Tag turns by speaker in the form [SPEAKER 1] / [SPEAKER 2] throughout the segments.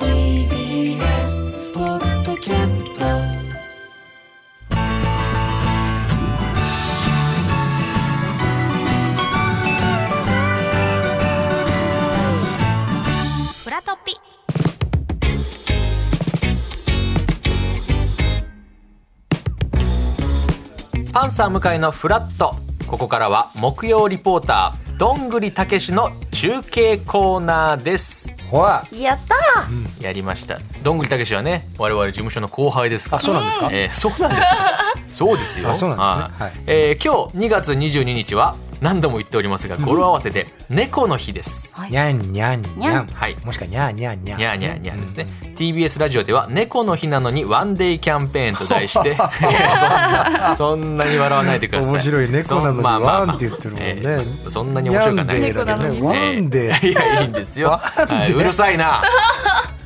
[SPEAKER 1] TBS ポッドキャストフラトピ
[SPEAKER 2] パンサー向井のフラットここからは木曜リポーターどんぐりたけしの中継コーナーです
[SPEAKER 3] わ
[SPEAKER 1] やったー
[SPEAKER 2] やりましたどんぐりたけしはね我々事務所の後輩ですから
[SPEAKER 3] あそうなんですか
[SPEAKER 2] えーそうなんですよそ うですよ
[SPEAKER 3] あそうなんですね
[SPEAKER 2] はい
[SPEAKER 3] はい
[SPEAKER 2] えー今日2月22日は何度も言っておりますが語呂合わせで猫の日です、
[SPEAKER 3] にゃんにゃんにゃん
[SPEAKER 2] はい
[SPEAKER 3] もしくはにゃーにゃんにゃん
[SPEAKER 2] にゃーにゃーにゃーですね、TBS ラジオでは「猫の日なのにワンデイキャンペーン」と題して そんなそんなに笑わないでください
[SPEAKER 3] 面白い猫なのに
[SPEAKER 2] そんまあまあまあ
[SPEAKER 3] ワンって言ってるもんね
[SPEAKER 2] ーそんなに面白くはないですけど
[SPEAKER 3] にゃんでーだからねワンデー
[SPEAKER 2] えーいやいいんですよ、はい、うるさい な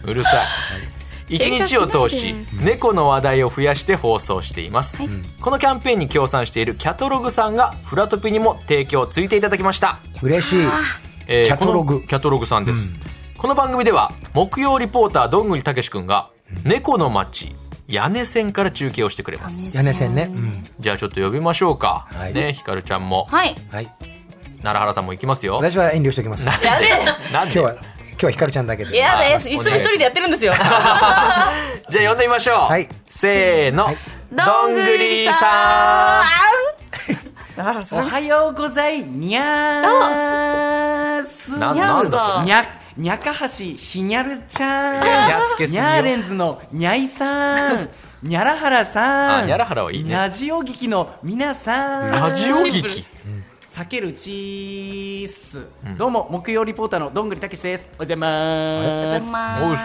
[SPEAKER 2] うるさい一日を通し猫の話題を増やして放送しています、このキャンペーンに協賛しているキャトログさんがフラトピにも提供をついていただきました
[SPEAKER 3] 嬉しい
[SPEAKER 2] えー
[SPEAKER 3] キャトログ
[SPEAKER 2] このキャトログさんです、この番組では木曜リポーターどんぐりたけし君が猫の町屋根線から中継をしてくれます
[SPEAKER 3] 屋根線ねうん
[SPEAKER 2] じゃあちょっと呼びましょうか、
[SPEAKER 3] はい
[SPEAKER 2] ねひかるちゃんも、
[SPEAKER 1] はい
[SPEAKER 3] はい
[SPEAKER 2] 奈良原さんも行きますよ
[SPEAKER 3] 私は遠慮しておきます今
[SPEAKER 4] やべえ。
[SPEAKER 2] なん
[SPEAKER 3] 日
[SPEAKER 2] で
[SPEAKER 3] は今日はひかるちゃんだけで
[SPEAKER 4] や
[SPEAKER 2] あ
[SPEAKER 4] だ
[SPEAKER 2] ー
[SPEAKER 4] いつも一人でやってるんです よ。
[SPEAKER 2] じゃあ呼んでみましょう、
[SPEAKER 3] はい
[SPEAKER 2] せーの、どんぐりさ
[SPEAKER 5] おはようございにゃーす
[SPEAKER 2] んななんだそれ
[SPEAKER 5] にゃにゃかはしひにゃるちゃん
[SPEAKER 2] にゃつけすぎ
[SPEAKER 5] に
[SPEAKER 2] よ
[SPEAKER 5] ゃーれんずのにゃいさん にゃらはらさ
[SPEAKER 2] あ
[SPEAKER 5] ん
[SPEAKER 2] にゃらはらはいいね
[SPEAKER 5] ラジオ劇の皆さん
[SPEAKER 2] ラジオ劇
[SPEAKER 5] 避けるチース、どうも木曜リポーターのどんぐりたけしですおはようございます
[SPEAKER 2] おうす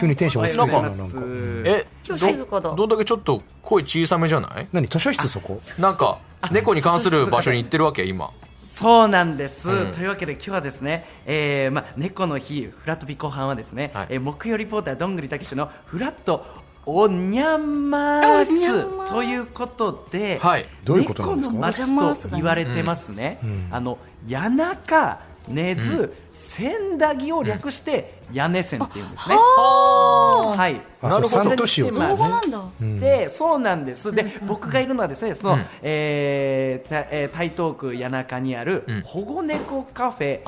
[SPEAKER 3] 急にテンション落ち着いた
[SPEAKER 5] おは
[SPEAKER 3] の
[SPEAKER 5] よう
[SPEAKER 3] な
[SPEAKER 5] ご
[SPEAKER 3] ん
[SPEAKER 5] ざ
[SPEAKER 3] か
[SPEAKER 5] います
[SPEAKER 2] え
[SPEAKER 4] 今日静かだ
[SPEAKER 2] どどんだけちょっと声小さめじゃない
[SPEAKER 3] 何図書室そこ
[SPEAKER 2] なんか猫に関する場所に行ってるわけ今
[SPEAKER 5] そうなんです、というわけで今日はですね、えーまあ、猫の日フラットピ後半はですね、
[SPEAKER 2] はい
[SPEAKER 5] えー木曜リポーターどんぐりたけしのフラットおにゃんまーすということで、
[SPEAKER 2] はい
[SPEAKER 3] どういうことなんですか
[SPEAKER 5] 猫の町と言われてますね、あの谷中根津千駄木を略して屋根線っていうんですね、はい
[SPEAKER 3] あなるほど三都市を
[SPEAKER 5] でまあ
[SPEAKER 3] そう
[SPEAKER 4] なんだ。
[SPEAKER 5] でそうなんですで僕がいるのはですねその、えーたえー台東区谷中にある保護猫カフェ、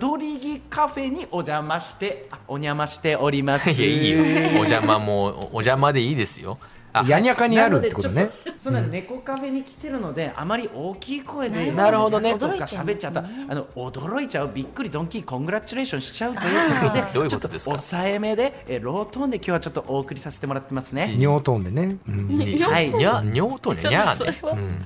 [SPEAKER 5] 宿りぎカフェにお邪魔してあお邪魔しております
[SPEAKER 2] いやいいよお邪魔もお邪魔でいいですよあ
[SPEAKER 3] やにゃかにあるってことね
[SPEAKER 5] なのでちょっとそうなの猫カフェに来てるので、あまり大きい声で
[SPEAKER 2] なるほどね
[SPEAKER 5] とか喋っちゃったあの驚いちゃうびっくりドンキーコングラチュレーションしちゃうということで
[SPEAKER 2] どういうことですか
[SPEAKER 5] ちょっ抑えめでえーロートーンで今日はちょっとお送りさせてもらってますね
[SPEAKER 3] 尿トーンでねうん
[SPEAKER 2] に
[SPEAKER 5] は
[SPEAKER 2] ゃ
[SPEAKER 5] い
[SPEAKER 2] にゃ尿とねにゃーね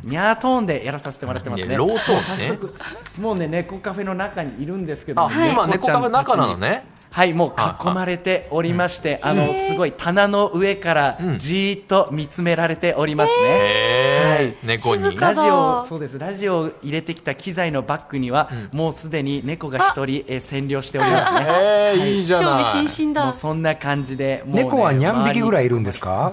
[SPEAKER 5] ニャートーンでやらさせてもらってます
[SPEAKER 2] いや
[SPEAKER 5] ね。
[SPEAKER 2] ロートーンね
[SPEAKER 5] もう早速もうね猫カフェの中にいるんですけど、
[SPEAKER 2] あ今猫
[SPEAKER 5] ちゃ
[SPEAKER 2] カ
[SPEAKER 5] ん
[SPEAKER 2] フェの中なのね
[SPEAKER 5] はいもう囲まれておりまして、あのすごい棚の上からじーっと見つめられておりますね。
[SPEAKER 2] へえ猫に
[SPEAKER 4] 静か
[SPEAKER 5] ラ
[SPEAKER 4] だ
[SPEAKER 5] ジオそうですラジオを入れてきた機材のバッグには、もうすでに猫が一人えー占領しておりますね。
[SPEAKER 2] へえいいじゃ
[SPEAKER 4] 興
[SPEAKER 2] ない
[SPEAKER 4] 味津々
[SPEAKER 5] も
[SPEAKER 4] だ
[SPEAKER 5] う。そんな感じでもうね
[SPEAKER 3] 猫はにゃん匹ぐら
[SPEAKER 5] 周り
[SPEAKER 3] いいるんですか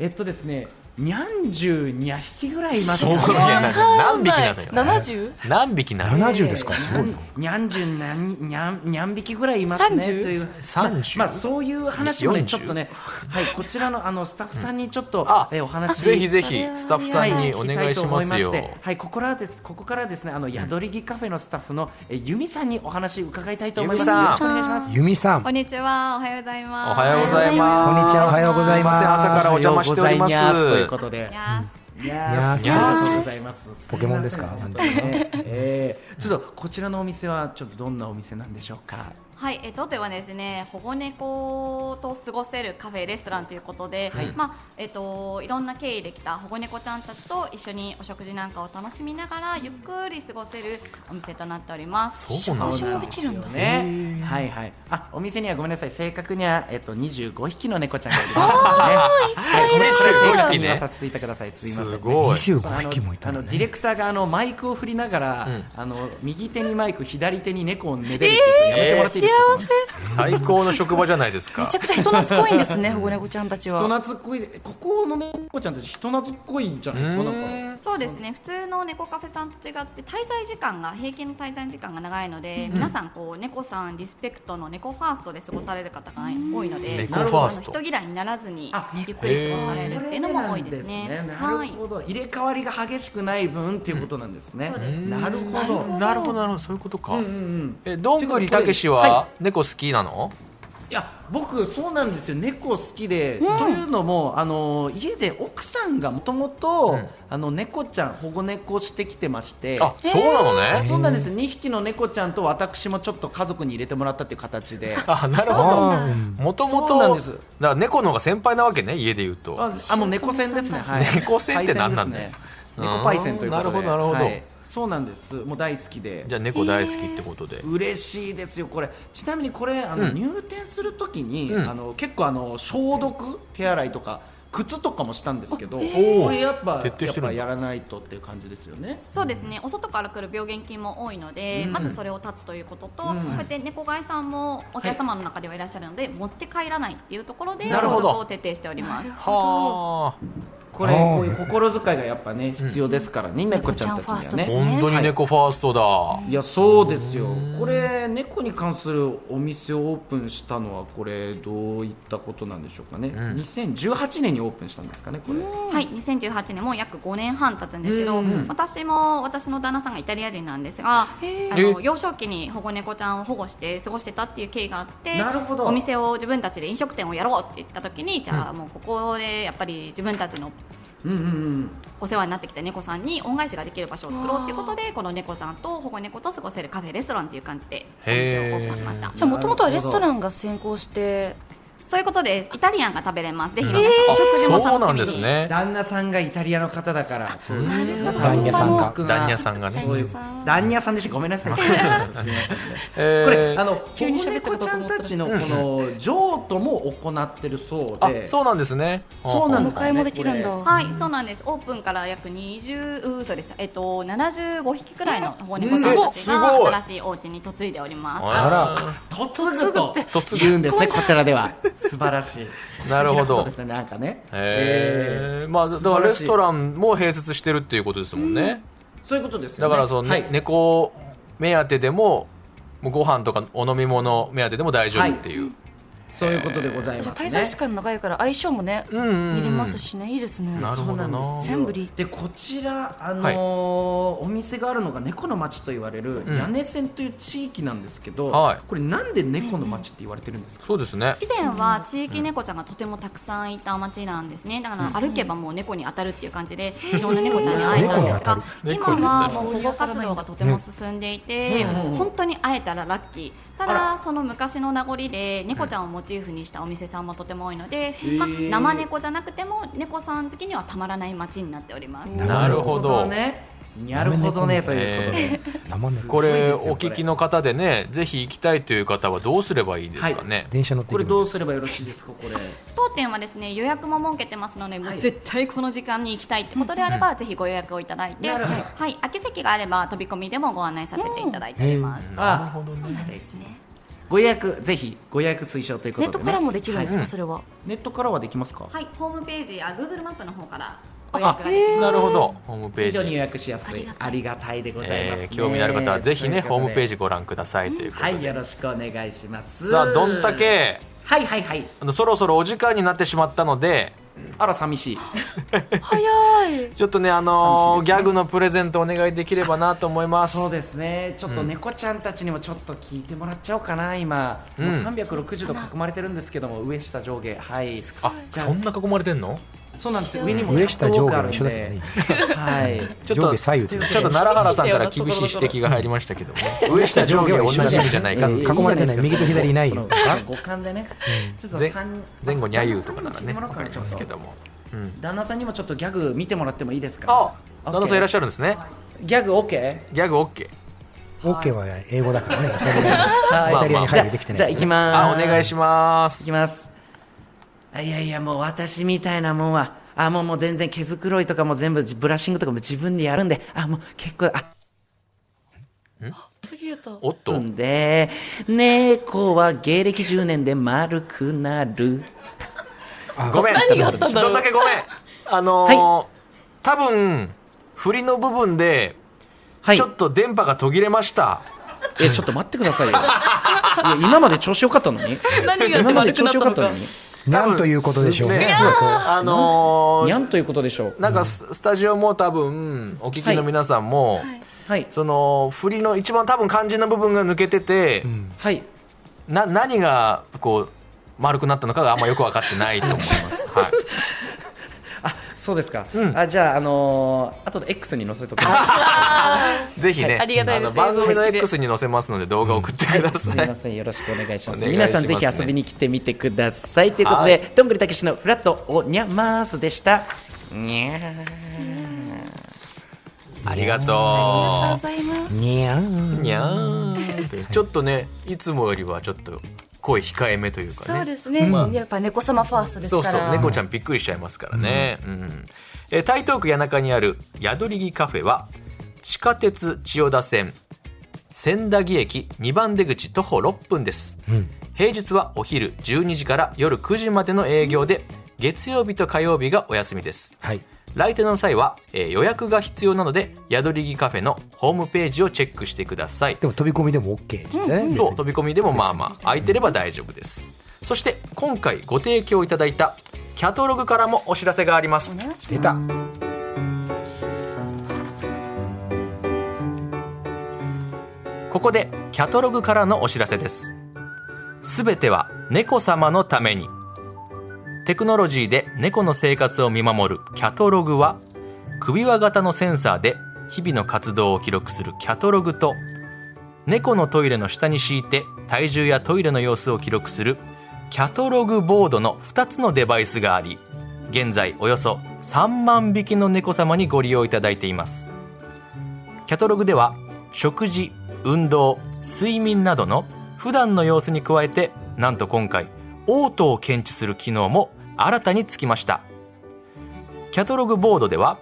[SPEAKER 5] えっとですねにゃんじゅうにゃ匹ぐらいいます
[SPEAKER 2] そう
[SPEAKER 5] か
[SPEAKER 2] い
[SPEAKER 5] ね
[SPEAKER 2] やな何匹なのよ
[SPEAKER 4] 七十？
[SPEAKER 2] 何匹なの
[SPEAKER 3] 70ですかすごいな
[SPEAKER 5] にゃんじゅんなににゃんにゃん匹ぐらいいますねと
[SPEAKER 4] 30
[SPEAKER 5] いう
[SPEAKER 2] 30
[SPEAKER 5] まあそういう話もね
[SPEAKER 2] 40
[SPEAKER 5] ちょっとねはいこちらのあのスタッフさんにちょっと、
[SPEAKER 2] あ
[SPEAKER 5] えお話
[SPEAKER 2] ぜひぜひスタッフさんにお願いしますよ
[SPEAKER 5] はい聞きたいと思いましてはいここからはですここからはですねあの宿り木カフェのスタッフのえ由美さんにお話伺いたいと思いま
[SPEAKER 2] 由美
[SPEAKER 5] す
[SPEAKER 2] さん
[SPEAKER 5] よろしくお願いします
[SPEAKER 3] 由美さん
[SPEAKER 6] こんにちは、おはようござい
[SPEAKER 2] お
[SPEAKER 6] ます。
[SPEAKER 2] はようござい
[SPEAKER 3] こん
[SPEAKER 2] ま
[SPEAKER 3] にちはおはようございます
[SPEAKER 2] すいません朝からお邪魔しております
[SPEAKER 5] おはようございということで
[SPEAKER 6] いやー
[SPEAKER 5] にゃーす
[SPEAKER 3] にゃーす
[SPEAKER 5] ありがとうございます
[SPEAKER 3] ポケモンですか
[SPEAKER 5] すいませんなんですねえーちょっとこちらのお店はちょっとどんなお店なんでしょうか
[SPEAKER 6] はい、えー当店はですね、保護猫と過ごせるカフェレストランということで、まあえっ、といろんな経緯できた保護猫ちゃんたちと一緒にお食事なんかを楽しみながらゆっくり過ごせるお店となっております。
[SPEAKER 2] そうなんだ
[SPEAKER 5] そうなんですよね。はいはい。あ、お店にはごめんなさい。正確にはえっと25匹の猫ちゃんがいるんですね。はい。
[SPEAKER 2] 25
[SPEAKER 5] はい
[SPEAKER 2] 匹ね
[SPEAKER 5] 今させていただきます。すいますせん。
[SPEAKER 2] ごい
[SPEAKER 3] 25
[SPEAKER 5] そうあの
[SPEAKER 3] 匹もいた
[SPEAKER 5] あ
[SPEAKER 3] の
[SPEAKER 5] の
[SPEAKER 3] ね
[SPEAKER 5] ディレクターがあのマイクを振りながら、あの右手にマイク左手に猫をねでるっていうやめてもらっていいですか、それ
[SPEAKER 2] 最高の職場じゃないですか
[SPEAKER 4] めちゃくちゃ人懐っこいんですね、保護猫ちゃんたちは。
[SPEAKER 5] 人懐っこいここの猫ちゃんたち人懐っこいんじゃないですかだから
[SPEAKER 6] そうですね普通の猫カフェさんと違って滞在時間が平均の滞在時間が長いので、皆さんこう猫さんリスペクトの猫ファーストで過ごされる方が多いので
[SPEAKER 2] 猫ファースト
[SPEAKER 6] あの人嫌いにならずに
[SPEAKER 5] あ
[SPEAKER 6] ゆっくり過ごされるっていうのも多いですね。
[SPEAKER 5] それなんですねな
[SPEAKER 6] は
[SPEAKER 5] る
[SPEAKER 6] い
[SPEAKER 5] ほど、入れ替わりが激しくない分っていうことなんですね、
[SPEAKER 6] そうです
[SPEAKER 5] なるほど
[SPEAKER 2] なるほどなるほどそういうことか、
[SPEAKER 5] うんうん
[SPEAKER 2] えどんぐりたけし
[SPEAKER 5] は
[SPEAKER 2] は猫好きなの、
[SPEAKER 5] いや僕そうなんですよ猫好きで、というのもあの家で奥さんがもともと
[SPEAKER 2] ん
[SPEAKER 5] あの猫ちゃん保護猫してきてまして
[SPEAKER 2] あそうなのね、
[SPEAKER 5] そうなんです2匹の猫ちゃんと私もちょっと家族に入れてもらったっていう形で
[SPEAKER 2] あなるほ
[SPEAKER 3] あ
[SPEAKER 2] どもとも
[SPEAKER 5] そうなん
[SPEAKER 2] と
[SPEAKER 5] です
[SPEAKER 2] だから猫の方が先輩なわけね家で言うと
[SPEAKER 5] ああもう猫戦ですね、はい、
[SPEAKER 2] 猫戦って何なんだよ
[SPEAKER 5] パイセンですね猫パイセンということで
[SPEAKER 2] うんなるほどなるほど
[SPEAKER 5] はいそうなんですもう大好きで
[SPEAKER 2] じゃあ猫大好きってことで、
[SPEAKER 5] 嬉しいですよこれちなみにこれあ
[SPEAKER 2] う
[SPEAKER 5] の、
[SPEAKER 2] ん
[SPEAKER 5] 入店するときに、
[SPEAKER 2] うん
[SPEAKER 5] あの結構あの消毒手洗いとか靴とかもしたんですけど、
[SPEAKER 2] ー
[SPEAKER 5] これやっぱ
[SPEAKER 2] 徹底
[SPEAKER 5] や
[SPEAKER 2] して
[SPEAKER 5] っ
[SPEAKER 2] るんだ
[SPEAKER 5] ぱやらないとっていう感じですよね
[SPEAKER 6] そうですねお外から来る病原菌も多いので、
[SPEAKER 5] うん
[SPEAKER 6] まずそれを断つということと、
[SPEAKER 5] うん
[SPEAKER 6] こうやって猫飼いさんもお客様の中ではいらっしゃるので、持って帰らないっていうところで
[SPEAKER 2] なるほど
[SPEAKER 6] 消毒を徹底しております。
[SPEAKER 2] はあ
[SPEAKER 5] これ
[SPEAKER 3] あー
[SPEAKER 5] こういう心遣いがやっぱね必要ですからね、猫ちゃんたちにはね
[SPEAKER 4] 猫ちゃんファーストです
[SPEAKER 2] 本当に猫ファーストだ、
[SPEAKER 5] いやそうですよこれ猫に関するお店をオープンしたのはこれどういったことなんでしょうかね、
[SPEAKER 2] ん
[SPEAKER 5] 2018年にオープンしたんですかねこれ、
[SPEAKER 6] はい、2018年もう約5年半経つんですけど、
[SPEAKER 5] うんうん
[SPEAKER 6] 私も私の旦那さんがイタリア人なんですが、あの幼少期に保護猫ちゃんを保護して過ごしてたっていう経緯があって
[SPEAKER 5] なるほど
[SPEAKER 6] お店を自分たちで飲食店をやろうって言った時にじゃあもうここでやっぱり自分たちの
[SPEAKER 5] うんうんうん
[SPEAKER 6] お世話になってきた猫さんに恩返しができる場所を作ろうっていうことでこの猫さんと保護猫と過ごせるカフェレストランっていう感じでお店をオープンしました
[SPEAKER 4] じゃあ、もともとはレストランが先行して、
[SPEAKER 6] そういうことですイタリアンが食べれますぜひ皆さん
[SPEAKER 2] あ
[SPEAKER 6] お食事も楽しみに
[SPEAKER 2] そうなんですね
[SPEAKER 5] 旦那さんがイタリアの方だからそういう
[SPEAKER 3] ダンヤさんが
[SPEAKER 2] ダンヤさんがね
[SPEAKER 5] そういうダンヤさんでしごめん なさいすいません
[SPEAKER 2] えー
[SPEAKER 5] これあの保
[SPEAKER 4] 急
[SPEAKER 5] 護
[SPEAKER 4] に喋った
[SPEAKER 5] 猫
[SPEAKER 4] こと
[SPEAKER 5] ちゃ
[SPEAKER 4] かと
[SPEAKER 5] ん
[SPEAKER 4] 思った
[SPEAKER 5] たちのこの譲渡も行ってるそう
[SPEAKER 2] あ
[SPEAKER 5] で
[SPEAKER 2] そうなんですね
[SPEAKER 5] そうなん
[SPEAKER 4] お
[SPEAKER 5] です
[SPEAKER 4] 迎え
[SPEAKER 5] よね
[SPEAKER 4] もできるんだ。
[SPEAKER 5] こ
[SPEAKER 6] はい、そうなんです。オープンから約20、うそです。えっと75匹くらいの保護猫
[SPEAKER 5] うん
[SPEAKER 6] さんたち
[SPEAKER 2] すごいすごい
[SPEAKER 6] が新しいお家に嫁いでおります。
[SPEAKER 2] あ
[SPEAKER 5] 嫁ぐと
[SPEAKER 2] 嫁ぐ
[SPEAKER 5] 言うんですねこちら では素晴らしい
[SPEAKER 2] なるほど
[SPEAKER 5] 素敵なことですねなんかね
[SPEAKER 2] らへえまあだ
[SPEAKER 5] 素
[SPEAKER 2] か
[SPEAKER 5] 晴
[SPEAKER 2] ら
[SPEAKER 5] ら
[SPEAKER 2] レ
[SPEAKER 5] しい
[SPEAKER 2] ストランも併設してるっていうことですもんね、
[SPEAKER 5] そういうことです
[SPEAKER 2] だ
[SPEAKER 5] よね
[SPEAKER 2] からその、ね
[SPEAKER 5] はい
[SPEAKER 2] 猫目当てでももうご飯とかお飲み物目当てでも大丈夫っていう、
[SPEAKER 5] そういうことでござい
[SPEAKER 4] じゃ
[SPEAKER 5] ま
[SPEAKER 4] あ
[SPEAKER 5] すね
[SPEAKER 4] 滞在時間長いから相性もね、
[SPEAKER 2] うんうんうん
[SPEAKER 4] 見れますしね、いいですね。
[SPEAKER 2] なる
[SPEAKER 5] そ
[SPEAKER 2] ほ
[SPEAKER 5] う
[SPEAKER 2] ど
[SPEAKER 5] なんで
[SPEAKER 2] な
[SPEAKER 5] すよ
[SPEAKER 4] 全部り
[SPEAKER 5] でこちら、あのー
[SPEAKER 2] はい
[SPEAKER 5] お店があるのが猫の町と言われる
[SPEAKER 2] うん
[SPEAKER 5] 屋根線という地域なんですけど、
[SPEAKER 2] はい
[SPEAKER 5] これなんで猫の町って言われてるんですか、
[SPEAKER 2] そうですね
[SPEAKER 6] 以前は地域猫ちゃんがとてもたくさんいた町なんですね。だから歩けばもう猫に当たるっていう感じで、いろんな猫ちゃんに会えたんですが、
[SPEAKER 2] 猫に当たる
[SPEAKER 6] 今はもう保護活動がとても進んでいて、本当に会えたらラッキー。た
[SPEAKER 5] あ
[SPEAKER 6] だその昔の名残で猫ちゃんをモチーフにしたお店さんもとても多いので、まあ生猫じゃなくても猫さん好きにはたまらない町になっております。
[SPEAKER 2] なるほど
[SPEAKER 5] ねなるほどねということで、
[SPEAKER 3] 生猫
[SPEAKER 2] これ
[SPEAKER 5] すごいですよ
[SPEAKER 2] お聞きの方でねぜひ行きたいという方はどうすればいいですかね、
[SPEAKER 3] 電車乗って
[SPEAKER 5] こ
[SPEAKER 3] い
[SPEAKER 5] れ
[SPEAKER 3] けば
[SPEAKER 5] どうすればよろしいですかこれ
[SPEAKER 6] 当店はですね予約も設けてますので、もう絶対この時間に行きたいってことであれば、ぜひご予約をいただいて、
[SPEAKER 5] なるほど
[SPEAKER 6] はい、空き席があれば飛び込みでもご案内させていただいております。
[SPEAKER 5] なるほどねご予約ぜひご予約推奨というこ
[SPEAKER 4] ネ
[SPEAKER 5] と
[SPEAKER 4] ット
[SPEAKER 5] で、ね、
[SPEAKER 4] からもできるんです
[SPEAKER 5] は
[SPEAKER 4] か、それは。
[SPEAKER 5] いネットからはできますか、
[SPEAKER 6] はい、ホームページや Google マップの方からご予約ができます。
[SPEAKER 2] なるほどホームペー
[SPEAKER 5] 非常に
[SPEAKER 2] ジ
[SPEAKER 5] 予、約しやすいありがたいでございます、ね
[SPEAKER 2] えー興味のある方はぜひね
[SPEAKER 5] というこ
[SPEAKER 2] ホー
[SPEAKER 5] とで
[SPEAKER 2] ムページご覧くださいということ
[SPEAKER 5] は
[SPEAKER 2] で、
[SPEAKER 5] いよろしくお願いします
[SPEAKER 2] さあどんだけ
[SPEAKER 5] はいはいはい
[SPEAKER 2] あのそろそろお時間になってしまったので
[SPEAKER 5] あら寂しい
[SPEAKER 4] 早い。
[SPEAKER 2] ちょっとねあのー
[SPEAKER 5] 寂しいです
[SPEAKER 2] ギ
[SPEAKER 5] ね
[SPEAKER 2] ャグのプレゼントお願いできればなと思います
[SPEAKER 5] そうですねちょっと猫ちゃんたちにもちょっと聞いてもらっちゃおうかな今、
[SPEAKER 2] うん
[SPEAKER 5] もう360度囲まれてるんですけども上下上下はい
[SPEAKER 2] あ
[SPEAKER 5] じゃあ
[SPEAKER 2] そんな囲まれてんの
[SPEAKER 5] そうなんですよ。上にも
[SPEAKER 3] 上下上下
[SPEAKER 5] の
[SPEAKER 3] が一緒だけどね。
[SPEAKER 5] はい。
[SPEAKER 2] ちょっ
[SPEAKER 3] 上
[SPEAKER 2] と
[SPEAKER 3] 下左右っていうの
[SPEAKER 2] ちょっと奈良原さんから厳しい指摘が入りましたけども上下上下同じ意味じゃないかって
[SPEAKER 3] 囲まれてない右と左いないよ
[SPEAKER 5] 五感でね。ちょっと
[SPEAKER 2] 前
[SPEAKER 5] 三
[SPEAKER 2] 前後にゃゆうとかならねわかりますけども、うん、
[SPEAKER 5] 旦那さんにもちょっとギャグ見てもらってもいいですか。
[SPEAKER 2] あ旦那さんいらっしゃるんですね
[SPEAKER 5] ギャグオッケー。
[SPEAKER 2] ギャグ OK
[SPEAKER 3] オッケーは英語だか らね。
[SPEAKER 5] は
[SPEAKER 3] イタリアに配慮でき
[SPEAKER 5] じ
[SPEAKER 3] てな
[SPEAKER 5] ゃ
[SPEAKER 3] い。
[SPEAKER 5] じゃあ行きます。
[SPEAKER 2] あお願いしま
[SPEAKER 5] い
[SPEAKER 2] す
[SPEAKER 5] きます。あいやいや、もう私みたいなもんは、あ、もうもう全然毛づくろいとかも全部じブラッシングとかも自分でやるんで、あ、もう結構、あ、
[SPEAKER 4] 途切れた。
[SPEAKER 2] おっと、
[SPEAKER 5] うんで、猫は芸歴10年で丸くなる。
[SPEAKER 2] ごめん
[SPEAKER 4] 何があったんだろう
[SPEAKER 2] どんだけごめんあのー多分振りの部分で
[SPEAKER 5] はい。
[SPEAKER 2] ちょっと電波が途切れました、
[SPEAKER 5] え、ちょっと待ってくだ さいよ。いや今まで調子良かったのに。
[SPEAKER 4] 何が
[SPEAKER 5] 今まで
[SPEAKER 4] 悪く
[SPEAKER 5] 調
[SPEAKER 4] なった
[SPEAKER 5] 子良かっ
[SPEAKER 4] の
[SPEAKER 5] たの
[SPEAKER 4] か
[SPEAKER 5] に。。
[SPEAKER 3] なんということでしょうね。
[SPEAKER 2] あの
[SPEAKER 5] に
[SPEAKER 2] ー
[SPEAKER 5] ゃんということでしょう。
[SPEAKER 2] なんかススタジオも多分お聞きの皆さんも、
[SPEAKER 5] はい。
[SPEAKER 2] その振りの一番多分肝心な部分が抜けてて、
[SPEAKER 5] はい。
[SPEAKER 2] な何がこう丸くなったのかがあんまよく分かってないと思います。 はい
[SPEAKER 5] あ、そうですか。
[SPEAKER 2] うん
[SPEAKER 5] あ、じゃあ、あのー、後で X に載せときます。
[SPEAKER 2] ぜひ
[SPEAKER 4] は
[SPEAKER 2] ね、
[SPEAKER 4] いありがたいです
[SPEAKER 2] の番組
[SPEAKER 4] 映像
[SPEAKER 2] の
[SPEAKER 4] 付きで
[SPEAKER 2] X に載せますので動画送ってくだ
[SPEAKER 5] すみ
[SPEAKER 2] さい。
[SPEAKER 5] ません、よろしくお願いしま。
[SPEAKER 2] お願いしますすね
[SPEAKER 5] 皆さん、ぜひ遊びに来てみてください。ということで、どんぐりたけしのフラットおにゃまーすでした。にゃー
[SPEAKER 2] ありがと
[SPEAKER 3] にゃ
[SPEAKER 2] う。にゃーんってちょっとねいつもよりはちょっと声控えめというかね。
[SPEAKER 4] そうですね。やっぱ猫様ファーストです
[SPEAKER 2] そう
[SPEAKER 4] から。
[SPEAKER 2] そう猫ちゃんびっくりしちゃいますからね、うんえー台東区谷中にある宿り木カフェは地下鉄千代田線千駄木駅2番出口徒歩6分です、平日はお昼12時から夜9時までの営業で、月曜日と火曜日がお休みです
[SPEAKER 3] はい。
[SPEAKER 2] 来店の際は、えー予約が必要なので宿り木カフェのホームページをチェックしてください
[SPEAKER 3] でも飛び込みでも OK って言ってたね。別に
[SPEAKER 2] そう飛び込みでもまあまあ空いてれば大丈夫ですそして今回ご提供いただいたキャトログからもお知らせがあります
[SPEAKER 3] 出た。
[SPEAKER 2] ここでキャトログからのお知らせですすべては猫様のためにテクノロジーで猫の生活を見守るキャトログは首輪型のセンサーで日々の活動を記録するキャトログと猫のトイレの下に敷いて体重やトイレの様子を記録するキャトログボードの2つのデバイスがあり現在およそ3万匹の猫様にご利用いただいていますキャトログでは食事運動睡眠などの普段の様子に加えてなんと今回嘔吐を検知する機能も新たにつきましたキャトログボードでは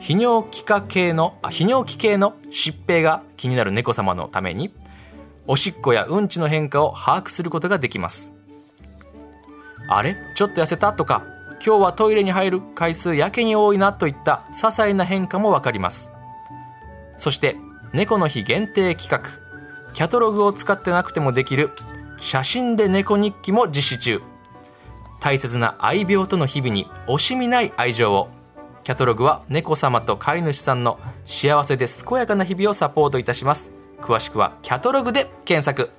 [SPEAKER 2] 泌尿器科系のあ泌尿器系の疾病が気になる猫様のためにおしっこやうんちの変化を把握することができますあれちょっと痩せたとか今日はトイレに入る回数やけに多いなといった些細な変化もわかりますそして猫の日限定企画キャトログを使ってなくてもできる写真で猫日記も実施中大切な愛病との日々に惜しみない愛情をキャトログは猫様と飼い主さんの幸せで健やかな日々をサポートいたします詳しくはキャトログで検索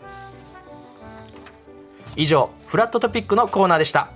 [SPEAKER 2] 以上フラットトピックのコーナーでした